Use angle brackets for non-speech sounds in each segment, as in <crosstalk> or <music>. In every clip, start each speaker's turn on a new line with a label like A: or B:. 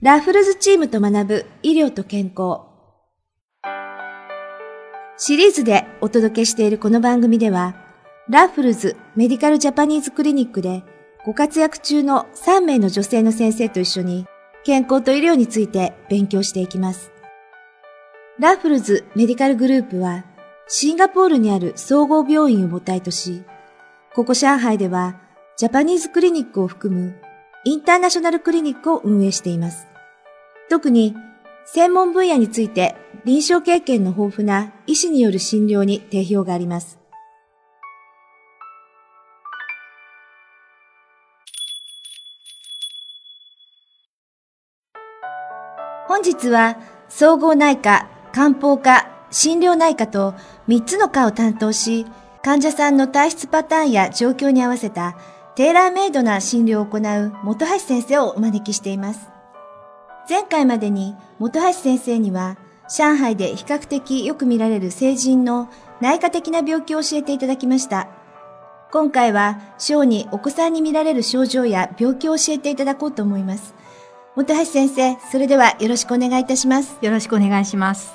A: ラッフルズチームと学ぶ医療と健康。シリーズでお届けしているこの番組では、ラッフルズメディカルジャパニーズクリニックでご活躍中の3名の女性の先生と一緒に健康と医療について勉強していきます。ラッフルズメディカルグループはシンガポールにある総合病院を母体とし、ここ上海ではジャパニーズクリニックを含むインターナショナルクリニックを運営しています。特に専門分野について臨床経験の豊富な医師による診療に定評があります。本日は総合内科、漢方科、診療内科と3つの科を担当し、患者さんの体質パターンや状況に合わせたテーラーメイドな診療を行う本橋先生をお招きしています。前回までに本橋先生には上海で比較的よく見られる成人の内科的な病気を教えていただきました。今回は小にお子さんに見られる症状や病気を教えていただこうと思います。本橋先生、それではよろしくお願いいたします。
B: よろしくお願いします。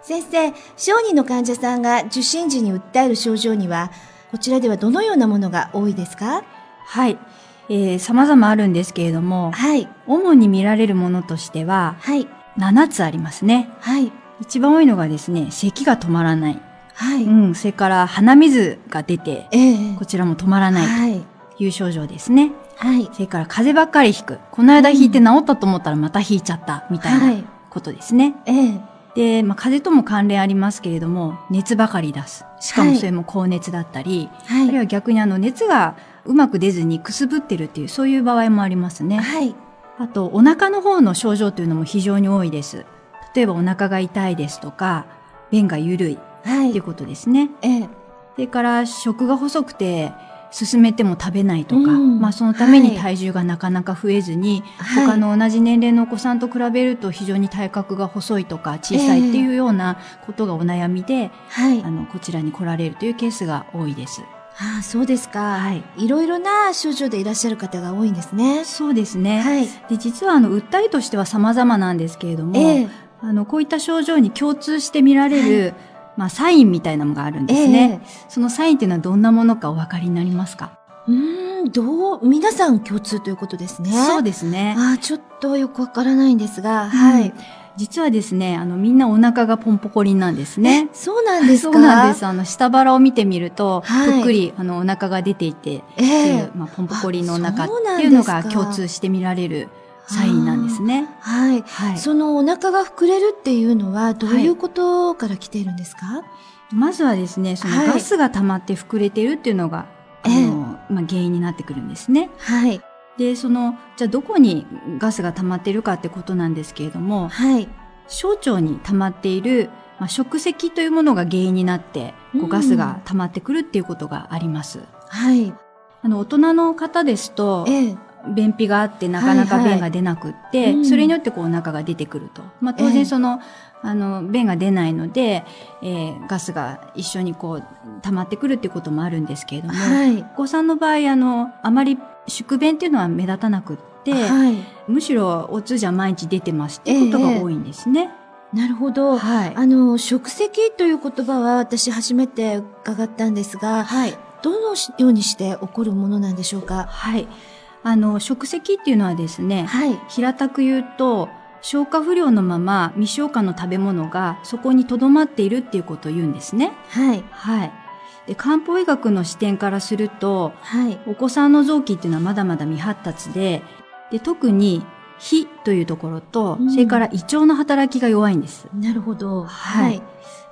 A: 先生、小児の患者さんが受診時に訴える症状には、こちらではどのようなものが多いですか
B: はい。えー、様々あるんですけれども、
A: はい、
B: 主に見られるものとしては、
A: はい、
B: 7つありますね。
A: はい、
B: 一番多いのがですね、咳が止まらない。
A: はい。
B: うん、それから鼻水が出て、
A: ええ
B: こちらも止まらない
A: はい、
B: という症状ですね。
A: はい、
B: それから風邪ばっかりひく。この間ひいて治ったと思ったらまたひいちゃった、みた
A: はい、
B: ないことですね。
A: ええ
B: で、まあ、風邪とも関連ありますけれども、熱ばかり出す。しか
A: は
B: も
A: い
B: それも高熱だったり、
A: は
B: あるいは逆にあの熱がうまく出ずにくすぶってるっていうそういう場合もありますね。
A: はい、
B: あとお腹の方の症状というのも非常に多いです。例えばお腹が痛いですとか便が緩い
A: は
B: っていうことですね。
A: ええ、
B: それから食が細くて進めても食べないとか、
A: うん
B: まあそのため
A: はい
B: に体重がなかなか増えずに、
A: はい
B: 他の同じ年齢のお子さんと比べると非常に体格が細いとか小さいっていうようなことがお悩みで、
A: はい。
B: あのこちらに来られるというケースが多いです。
A: ああ、そうですか。
B: はいい。
A: ろいろな症状でいらっしゃる方が多いんですね。
B: そうですね。
A: はい。
B: で実はあの訴えとしては様々なんですけれども、
A: ええ、
B: あのこういった症状に共通して見られる、まあ、サインみたいなのがあるんですね、そのサインっていうのはどんなものかお分かりになりますか、
A: うーん、どう、皆さん共通ということですね。
B: そう
A: で
B: ですね
A: ああ、ちょっとよくわからないんですが、は
B: う
A: い
B: ん。実はですねあのみんなお腹がポンポコリンなんですね
A: えそうなんです
B: <laughs> そ
A: か
B: うなんですあの下腹を見てみると、
A: はい
B: ぷっくりあのお腹が出ていてっ
A: え
B: てい
A: え
B: う、まあ、ポンポコリンのお腹
A: あ
B: っ
A: そうなん
B: ていうの
A: で
B: が
A: すか
B: 共通して見られるサインなんですね
A: はい。
B: はい
A: そのお腹が膨れるっていうのは、どういうことから来ているんですか
B: まずはですね、そ
A: は
B: の
A: い
B: ガスが溜まって膨れてるっていうのが、
A: ええ
B: あのまあ、原因になってくるんですね。
A: はい。
B: で、その、じゃあどこにガスが溜まってるかってことなんですけれども、
A: はい。
B: 小腸に溜まっている、まあ、食石というものが原因になって、こ
A: うん
B: うガスが溜まってくるっていうことがあります。
A: はい。
B: あの、大人の方ですと、
A: ええ、
B: 便秘があってなかな
A: は
B: か
A: いはい
B: 便が出なくって、
A: うん
B: それによってこうお腹が出てくると。まあ当
A: ええ
B: 然その、あの、便が出ないので、えーガスが一緒にこう溜まってくるっていうこともあるんですけれども、
A: はい。
B: お子さんの場合、あの、あまり宿便っていうのは目立たなくって、
A: はい。
B: むしろお通じは毎日出てますっていうことが多いんですね。
A: なるほど。
B: はい
A: あの、食石という言葉は私初めて伺ったんですが、
B: はい。
A: どのようにして起こるものなんでしょうか
B: はい。あの、食石っていうのはですね、
A: はい。
B: 平たく言うと消化不良のまま未消化の食べ物がそこにとどまっているっていうことを言うんですね。
A: はい。
B: はい。で、漢方医学の視点からすると、
A: はい。
B: お子さんの臓器っていうのはまだまだ未発達で、で特に脾というところと、
A: うん
B: それから胃腸の働きが弱いんです。
A: なるほど。
B: はい。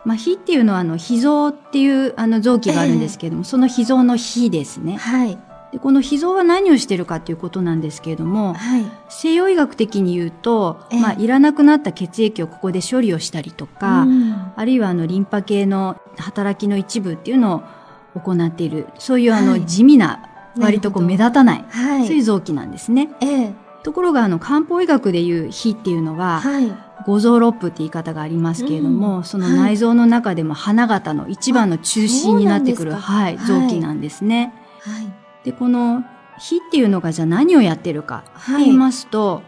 B: まあ、脾っていうのはあの脾臓っていうあの臓器があるんですけれども、その脾臓の脾ですね。
A: はい。
B: で、この脾臓は何をしてるかっていうことなんですけれども、
A: はい。
B: 西洋医学的に言うと、
A: ええ
B: まあ、いらなくなった血液をここで処理をしたりとか、
A: うん
B: あるいはあのリンパ系の働きの一部っていうのを行っているそういうあ
A: は
B: の
A: い
B: 地味な、
A: ほど
B: 割とこう目立たない
A: は
B: そういう
A: い。
B: 臓器なんですね。
A: ええ。
B: ところがあの漢方医学でいう脾っていうのは、
A: はい。
B: 五臓六腑って言い方がありますけれども、
A: うん
B: その内臓の中でも花形の一番の中心になってくる、
A: あそうな
B: は
A: んで
B: い、
A: すか
B: 臓器なんですね。
A: はい。
B: でこの「火」っていうのがじゃあ何をやってるかって
A: はい
B: 言いますと、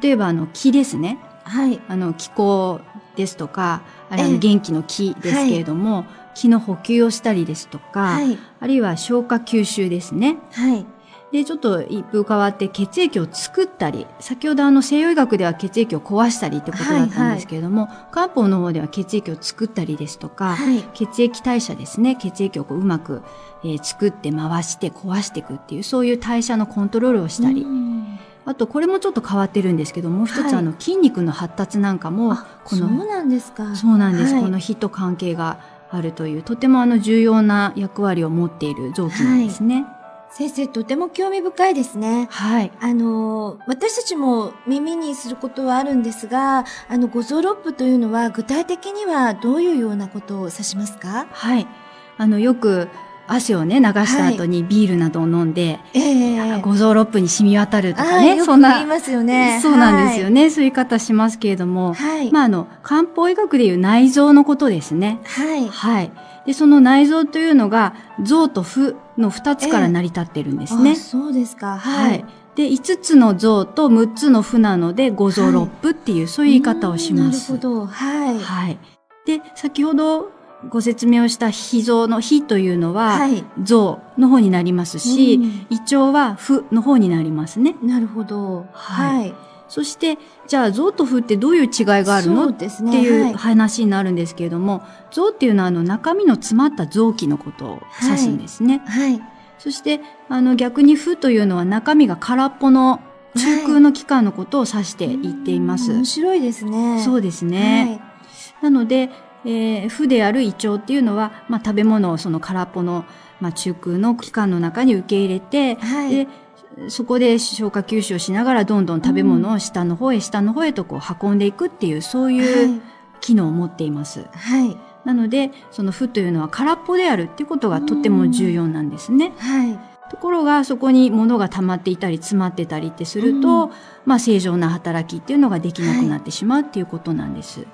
B: 例えばあの気ですね。
A: はい。
B: あの気候ですとか、あれあ
A: え
B: の
A: え
B: 元気の気ですけれども、気の補給をしたりですとか、
A: はい。
B: あるいは消化吸収ですね。
A: はい。
B: で、ちょっと一風変わって血液を作ったり、先ほどあの西洋医学では血液を壊したりってことだったんですけれども、漢方の方では血液を作ったりですとか、
A: はい。
B: 血液代謝ですね。血液をこううまく、えー作って回して壊していくっていう、そういう代謝のコントロールをしたり。
A: うん
B: あと、これもちょっと変わってるんですけど、もう一つ、
A: はい
B: あの、筋肉の発達なんかも
A: あ、、
B: こ
A: そう
B: の、
A: なんですか。
B: そうなんです。
A: はい
B: この火と関係があるという、とてもあの、重要な役割を持っている臓器なんですね。
A: 先生、とても興味深いですね。
B: はい。
A: あの、私たちも耳にすることはあるんですが、あの、五臓六腑というのは具体的にはどういうようなことを指しますか
B: はい。あの、よく、汗をね、流した後にビールなどを飲んで、
A: ええ
B: 五臓六腑に染み渡ると
A: あ
B: か
A: あ、
B: ね、
A: よく
B: そん
A: 言い
B: な、
A: ますよね。
B: そうなんですよ
A: ね。
B: ね。そういう言い方しますけれども、
A: はい。
B: まあ、あの、漢方医学でいう内臓のことですね。
A: はい。
B: はい。で、その内臓というのが、臓と腑の二つから成り立ってるんですね。
A: あそうですか。
B: は
A: はいい。。
B: で、五つの臓と六つの腑なので、五臓六腑っていう、そういう言い方をします。
A: うんなるほど。はい。
B: はい。で、先ほどご説明をした脾臓の脾というのは、
A: はい。
B: 臓の方になりますし、
A: うん
B: 胃腸は腑の方になりますね。
A: なるほど。。
B: はいそして、じゃあ臓と腑ってどういう違いがあるの
A: そ
B: っ
A: うです
B: て
A: ね。
B: い
A: は
B: う話になるんですけれども、臓っていうのはあの中身の詰まった臓器のことを指すんですね。
A: はい。
B: そして、あの逆に腑というのは中身が空っぽの中空の器官のことを指して言っています。
A: うん面白いですね。
B: そううですね。なので、えー、負である胃腸っていうのは、まあ、食べ物をその空っぽの、まあ、中空の器官の中に受け入れて、
A: はい。はい。
B: でそこで消化吸収をしながらどんどん食べ物を下の方へ下の方へとこう運んでいくっていうそういう機能を持っています。
A: はい。はい。
B: なのでその負というのは空っぽであるっていうことがとっても重要なんですね。
A: はい。
B: ところがそこに物が溜まっていたり詰まってたりってすると、
A: うん
B: まあ正常な働きっていうのができなくなってしまうっていうことなんです。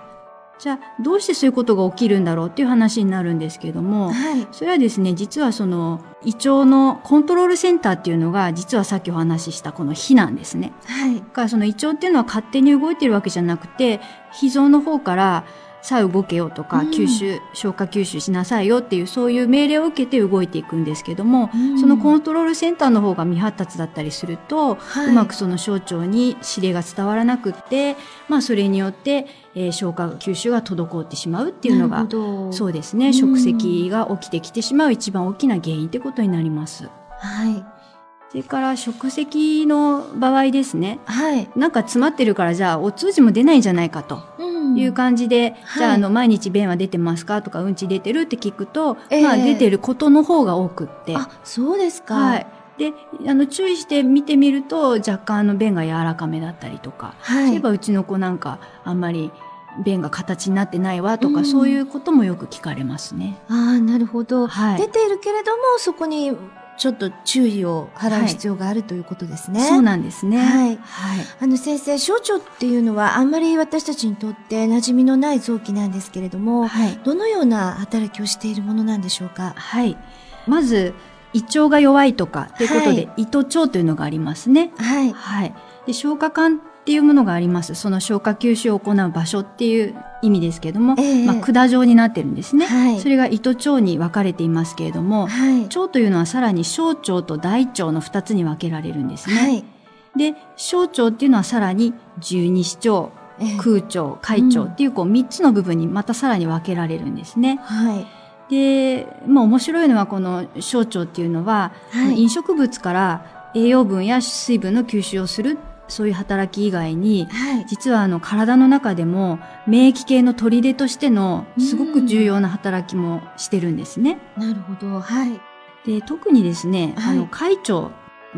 B: じゃあどうしてそういうことが起きるんだろうっていう話になるんですけども、
A: はい。
B: それはですね、実はその胃腸のコントロールセンターっていうのが実はさっきお話ししたこの火なんですね。
A: はい。
B: だからその胃腸っていうのは勝手に動いてるわけじゃなくて、脾臓の方からさあ動けよとか、
A: うん
B: 吸収、消化吸収しなさいよっていうそういう命令を受けて動いていくんですけども、そのコ
A: ン、
B: ントロールセンターの方が未発達だったりすると、
A: はいう
B: まくその小腸に指令が伝わらなくって、まあそれによって、えー消化吸収が滞ってしまうっていうの
A: なる
B: が
A: ほ、ど。
B: そううですね、
A: ん
B: 食石が起きてきてしまう一番大きな原因ってことになります。
A: はい。
B: それから食石の場合ですね、
A: はい。
B: なんか詰まってるからじゃあお通じも出ないんじゃないかと。
A: う
B: いう感じで、
A: はい
B: じゃあ、あの、毎日便は出てますかとか、うんち出てるって聞くと、
A: ええ
B: まあ、出てることの方が多くって。
A: あ、そうですか。
B: はい。。で、あの、注意して見てみると、若干あの、便が柔らかめだったりとか、
A: は
B: 例え
A: い。
B: ばうちの子なんか、あんまり便が形になってないわとか、
A: うん
B: そういうこともよく聞かれますね。
A: ああ、なるほど。
B: は
A: 出
B: い。
A: ているけれども、そこにちょっと注意を払
B: は
A: う
B: い
A: 必要があるということですね。
B: そうなんですね。
A: はい
B: はい。
A: あの先生、小腸っていうのはあんまり私たちにとって馴染みのない臓器なんですけれども、
B: はい。
A: どのような働きをしているものなんでしょうか
B: はい。まず、胃腸が弱いとか、ということで、
A: は
B: 胃と腸というのがありますね。
A: はい。
B: はい。で、消化管っていうものがあります。その消化吸収を行う場所っていう意味ですけども、
A: ええ
B: まあ、管状になってるんですね。
A: はい
B: それが胃と腸に分かれていますけれども、
A: はい。
B: 腸というのはさらに小腸と大腸の2つに分けられるんですね。
A: はい。
B: で、小腸っていうのはさらに十二指腸、
A: ええ
B: 空腸、海腸っていうこう3つの部分にまたさらに分けられるんですね。
A: はい。
B: で、まあ面白いのはこの小腸っていうのは、
A: はい
B: 飲食物から栄養分や水分の吸収をする、そういう働き以外に、
A: はい。
B: 実はあの体の中でも免疫系の砦としてのすごく重要な働きもしてるんですね。
A: なるほど。はい。
B: で、特にですね、
A: はい
B: あの、会長、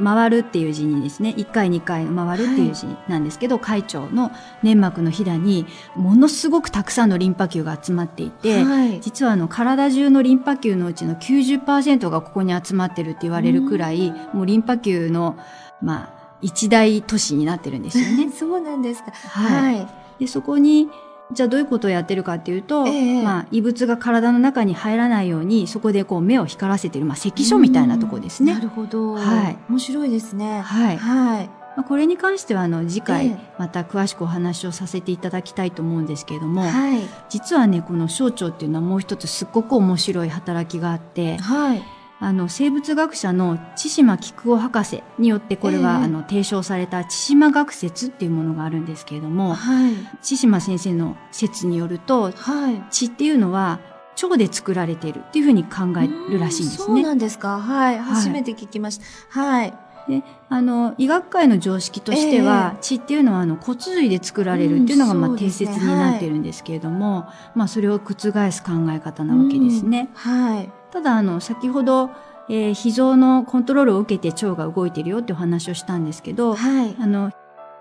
B: 回るっていう字にですね、1回2回回るっていう字なんですけど、会長の粘膜のひだにものすごくたくさんのリンパ球が集まっていて、
A: はい。
B: 実はあの体中のリンパ球のうちの90%がここに集まってるって言われるくらい、もうリンパ球の、まあ、一大都市になってるんですよね。
A: <laughs> そうなんですか。
B: はい。
A: い。
B: で、そこに、じゃあどういうことをやってるかっていうと、
A: ええ
B: まあ、異物が体の中に入らないように、そこでこう目を光らせてる、まあ、赤所みたいなとこです
A: うんな
B: ね。
A: るほど。
B: はい
A: 面白いですね。
B: はい。
A: はい。
B: まあ、これに関してはあの
A: え
B: 次
A: え
B: 回また詳しくお話をさせていただきたいと思うんですけれども、
A: はい。
B: 実はねこの小腸っていうのはもう一つすっごく面白い働きがあって
A: はい。
B: あの生物学者の千島菊夫博士によってこれは、
A: ええ
B: あの提唱された千島学説っていうものがあるんですけれど
A: は
B: も
A: い。
B: 千島先生の説によると
A: はい。
B: 血っていうのは腸で作られているっていうふうに考えるらしいんで
A: う
B: す
A: そう
B: ね。
A: なんですか。はい。
B: はい
A: 初めて聞きました。はい。
B: であの医学界の常識としては、血っていうのはあの骨髄で作られるっていうのが、
A: うん
B: まあ
A: そう
B: 定
A: ですね
B: 説になっているんですけれども、まあ、それを覆す考え方なわけですね。
A: はい。
B: ただあの先ほど、えー脾臓のコントロールを受けて腸が動いてるよってお話をしたんですけど、
A: はい。
B: あの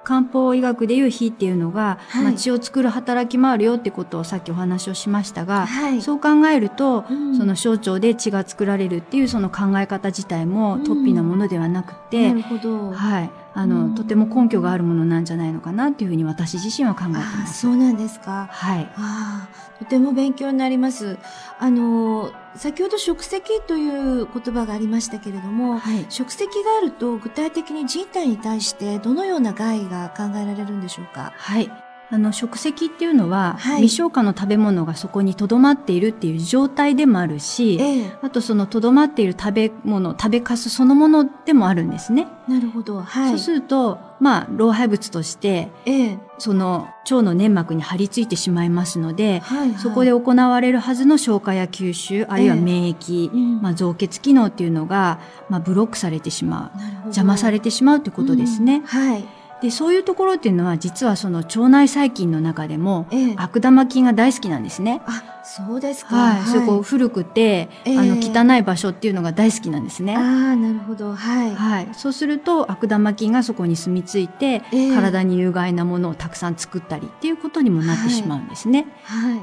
B: 漢方医学でいう脾っていうのが、
A: はい
B: まあ血を作る働きもあるよってことをさっきお話をしましたが、
A: はい。
B: そう考えると、
A: うん
B: その小腸で血が作られるっていうその考え方自体も
A: うん
B: 突飛なものではなくて、
A: なるほど。
B: はい、あの、
A: うん
B: とても根拠があるものなんじゃないのかなっていうふうに私自身は考えて
A: あ
B: ま
A: あ、
B: す。
A: そうなんですか。
B: はい、
A: ああ、とても勉強になります。あの、先ほど食石という言葉がありましたけれども、
B: はい、
A: 食石があると具体的に人体に対してどのような害が考えられるんでしょうか
B: はい。あの食石っていうのは、
A: はい
B: 未消化の食べ物がそこにとどまっているっていう状態でもあるし、
A: ええ、
B: あとそのとどまっている食べ物、食べかすそのものでもあるんですね。
A: なるほど。は
B: そ。
A: いう
B: すると、まあ老廃物として
A: ええ、
B: その腸の粘膜に張り付いてしまいますので、
A: はい、はい。
B: そこで行われるはずの消化や吸収、あるいは免疫、
A: うん
B: まあ、造血機能っていうのが、まあ、ブロックされてしまう。
A: なるほど、
B: 邪魔されてしまうということで
A: う
B: す
A: ん
B: ね、
A: はい。
B: で、そういうところっていうのは実はその腸内細菌の中でも
A: ええ。
B: 悪玉菌が大好きなんですね。
A: あ、そうですか。
B: はい。そこ古くて、
A: ええ
B: あの汚い場所っていうのが大好きなんですね。
A: ああ、なるほど。はい。
B: はい。そうすると悪玉菌がそこに住み着いて、
A: ええ
B: 体に有害なものをたくさん作ったりっていうことにもなってしまうんですね。
A: はい。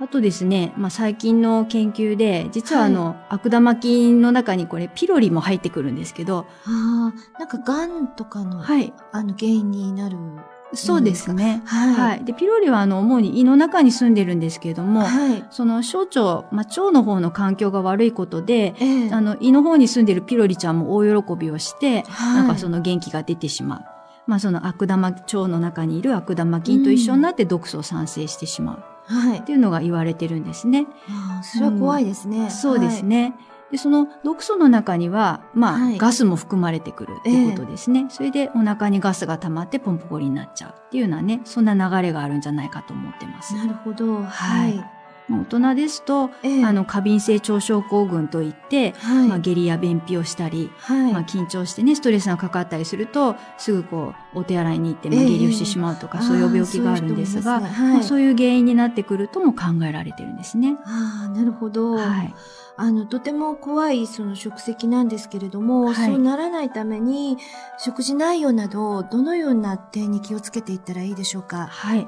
B: あとですね、まあ、最近の研究で、実は
A: は
B: あ
A: い
B: の、悪玉菌の中にこれ、ピロリも入ってくるんですけど、
A: ああ、なんか、癌とかの、
B: はい。
A: あの、原因になる。
B: そうですね。
A: はい。
B: はい。で、ピロリはあの、主に胃の中に住んでるんですけれども、
A: はい。
B: その小腸、まあ、腸の方の環境が悪いことで、
A: ええ。
B: あの、胃の方に住んでるピロリちゃんも大喜びをして、
A: はい
B: なんかその元気が出てしまう。まあ、その悪玉、腸の中にいる悪玉菌と一緒になって毒素を産生してしまう
A: はい
B: っ。ていうのが言われてるんですね。
A: ああ、それは怖いですね。
B: そうですね。で、その毒素の中には、まあ、
A: はい
B: ガスも含まれてくるっていうことですね。それでお腹にガスが溜まってポンポコリになっちゃうっていうようなね、そんな流れがあるんじゃないかと思ってます
A: はい。。なるほど。は
B: はい
A: い。
B: もう大人ですと、
A: ええ
B: あ、の、過敏性腸症候群といって、
A: はい。
B: まあ、下痢や便秘をしたり、
A: はい。
B: まあ、緊張してね、ストレスがかかったりすると、すぐこう、お手洗いに行って、まあ、
A: ええ
B: 下痢をしてしまうとか、そういう病気があるんですが、
A: ああ
B: まあ
A: そういう人もいますねはい。
B: そういう原因になってくるとも考えられてるんですね。
A: ああ、なるほど。
B: はい。
A: あの、とても怖いその食石なんですけれども、
B: はい
A: そうならないために、食事内容など、どのような点に気をつけていったらいいでしょうか。
B: はい。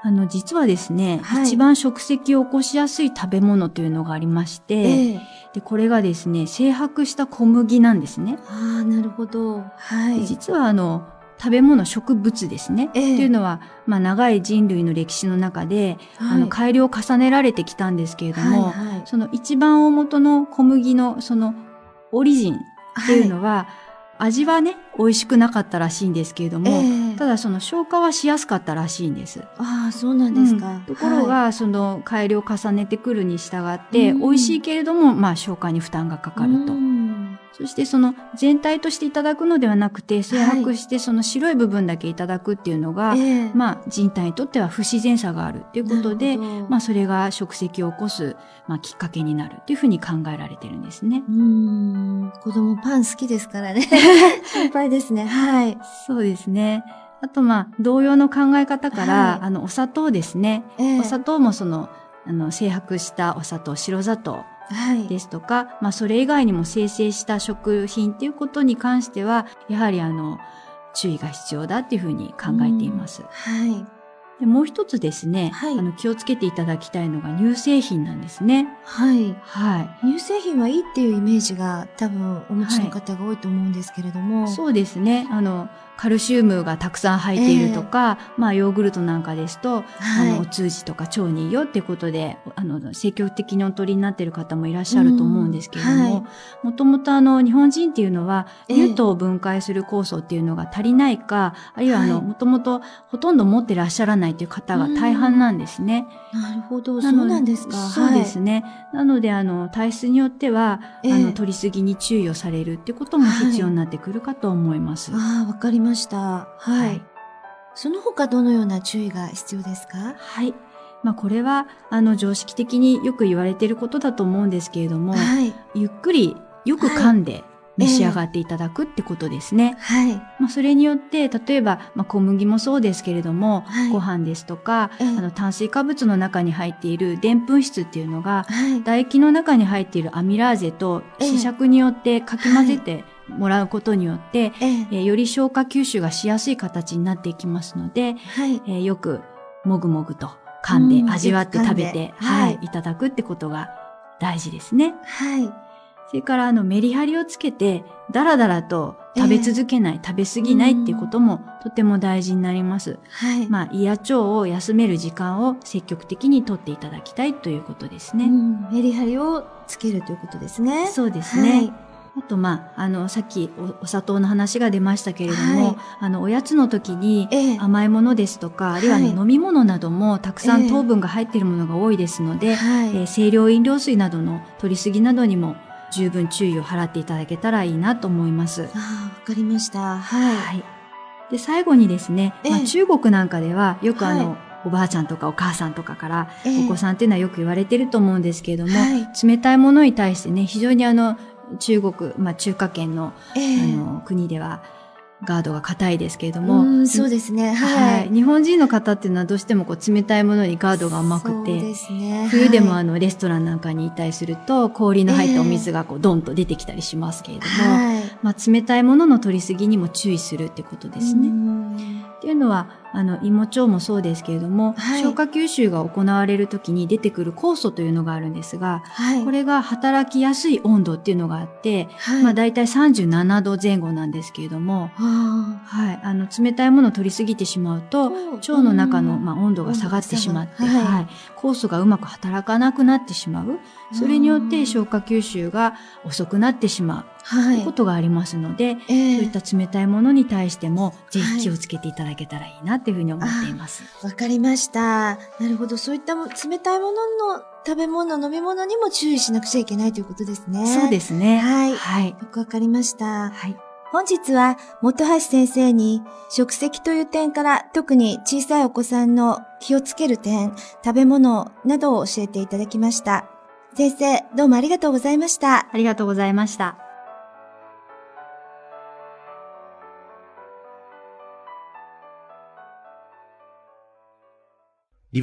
B: あの、実はですね、
A: はい
B: 一番食石を起こしやすい食べ物というのがありまして、
A: ええ
B: で、これがですね、精白した小麦なんですね。
A: ああ、なるほど。は
B: で
A: い。
B: 実はあの、食べ物、植物ですね。
A: ええ
B: っていうのは、まあ、長い人類の歴史の中で、
A: はい
B: あの、改良を重ねられてきたんですけれども、
A: はいはい
B: その一番大元の小麦の、その、オリジンっていうのは、味はね、美味しくなかったらしいんですけれども、
A: ええ
B: ただその消化はしやすかったらしいんです。
A: ああ、そうなんですか。
B: うんところが、
A: はい、
B: その改良を重ねてくるに従って、
A: うん
B: 美味しいけれども、まあ、消化に負担がかかると、
A: うん
B: そしてその全体としていただくのではなくて制白してその白い部分だけいただくっていうのが、
A: ええ
B: まあ、人体にとっては不自然さがあるっていうことで、
A: なるほど
B: まあ、それが食石を起こす、まあ、きっかけになるっていうふうに考えられてるんですね。
A: うーん、子供パン好きですから
B: <laughs>
A: ね。心配ですね。はい。
B: そうですね。あと、まあ、同様の考え方から、
A: はい
B: あの、お砂糖ですね。
A: ええ
B: お砂糖もその、あの、制白したお砂糖、白砂糖
A: はい。
B: ですとか、まあ、それ以外にも生成した食品っていうことに関しては、やはりあの、注意が必要だっていうふうに考えています。
A: はい。
B: でもう一つですね、
A: はい
B: あの、気をつけていただきたいのが乳製品なんですね。
A: はい。
B: はい。
A: 乳製品はいいっていうイメージが多分お持ちの方が多いと思うんですけれども。
B: そうですね。あの、カルシウムがたくさん入っているとか、まあヨーグルトなんかですと、
A: はい
B: あのお通じとか腸にいいよってことであの積極的にお取りになっている方もいらっしゃると思うんですけれど
A: うんは
B: ももともとあの日本人っていうのは
A: ええ
B: 乳糖を分解する酵素っていうのが足りないか、あるいはあの、
A: はい
B: もともとほとんど持ってらっしゃらないという方が大半なんですね。
A: なるほど、そ
B: な
A: う
B: の
A: なんですか。
B: そうですね。なので、あの、体質によっては、
A: ええ
B: あの、取りすぎに注意をされるってことも必要になってくるかと思います。
A: はい。ああ、わかりました。はい。
B: はい
A: その他どのような注意が必要ですか
B: はい。まあ、これは、あの、常識的によく言われていることだと思うんですけれども、
A: はい。
B: ゆっくり、よく噛んで、召し上がっていただくってことですね。
A: はい。
B: まあ、それによって、例えば、まあ、小麦もそうですけれども、
A: はい
B: ご飯ですとか、
A: ええ
B: あの、炭水化物の中に入っているでんぷん質っていうのが、
A: はい。
B: 唾液の中に入っているアミラーゼと
A: ええ
B: 試着によってかき混ぜてもらうことによって、
A: ええ
B: えーより消化吸収がしやすい形になっていきますので、
A: はい。
B: えーよくもぐもぐと噛んで
A: うん
B: 味わって
A: よく噛
B: 食
A: んで
B: べて、
A: は
B: はいい、いただくってことが大事ですね。
A: はい。
B: それからあのメリハリをつけてダラダラと食べ続けない、食べ過ぎないってこともとても大事になります。
A: はい。
B: まあ胃や腸を休める時間を積極的にとっていただきたいということですね。
A: うんメリハリをつけるということですね。
B: そうですね。
A: はい
B: あと、まあ、あの、さっきおお砂糖の話が出ましたけれども、
A: はい
B: あの、おやつの時に
A: ええ
B: 甘いものですとか、あるいはあ
A: はい
B: の飲み物などもたくさ
A: ええ
B: ん糖分が入っているものが多いですので、
A: はい。
B: えー清涼飲料水などの取りすぎなどにも十分注意を払っていただけたらいいなと思います。
A: ああ、わかりました。はい。
B: はい。で、最後にですね、まあ
A: ええ
B: 中国なんかではよくあの、
A: は
B: おばあちゃんとかお母さんとかから、
A: ええ
B: お子さんっていうのはよく言われてると思うんですけれども、
A: は
B: 冷たいものに対してね、非常にあの、中国、まあ中華圏の,、
A: ええ
B: あの国ではガードが硬いですけれども、
A: うん、そうですね。
B: は
A: はいい。
B: 日本人の方っていうのはどうしてもこう冷たいものにガードが甘く
A: そう
B: て
A: で、すね。
B: 冬でも
A: はい
B: あのレストランなんかにいたりすると氷の入ったお水がこうドンと出てきたりしますけれども、
A: はい。
B: まあ、冷たいものの取りすぎにも注意するってことですね。
A: ね。
B: っていうのはあの胃も腸もそうですけれども、
A: はい
B: 消化吸収が行われる時に出てくる酵素というのがあるんですが
A: はい。
B: これが働きやすい温度っていうのがあって、
A: はい、
B: まあ、大体37度前後なんですけれども、
A: あ
B: はい、あの冷たいものを取りすぎてしまうと
A: そう
B: 腸の中の、
A: うん
B: まあ、温度が下がってしまって、
A: 温度が下がるはい
B: はい酵素がうまく働かなくなってしまうそれによって消化吸収が遅くなってしま
A: あは
B: うとい
A: いう
B: こ。とがありますので、
A: え
B: そうい
A: え
B: った冷たいものに対しても、ぜ
A: はい
B: ひ気をつけていただけたらいいなっていうふうに思っています。
A: わかりました。なるほど。そういったも冷たいものの食べ物、飲み物にも注意しなくちゃいけないということですね。
B: そうですね。
A: はい
B: はい。
A: よくわかりました。
B: はい。
A: 本日は本橋先生に食席という点から特に小さいお子さんの気をつける点、食べ物などを教えていただきました。先生、どうもありがとうございました。
B: ありがとうございました。
C: リ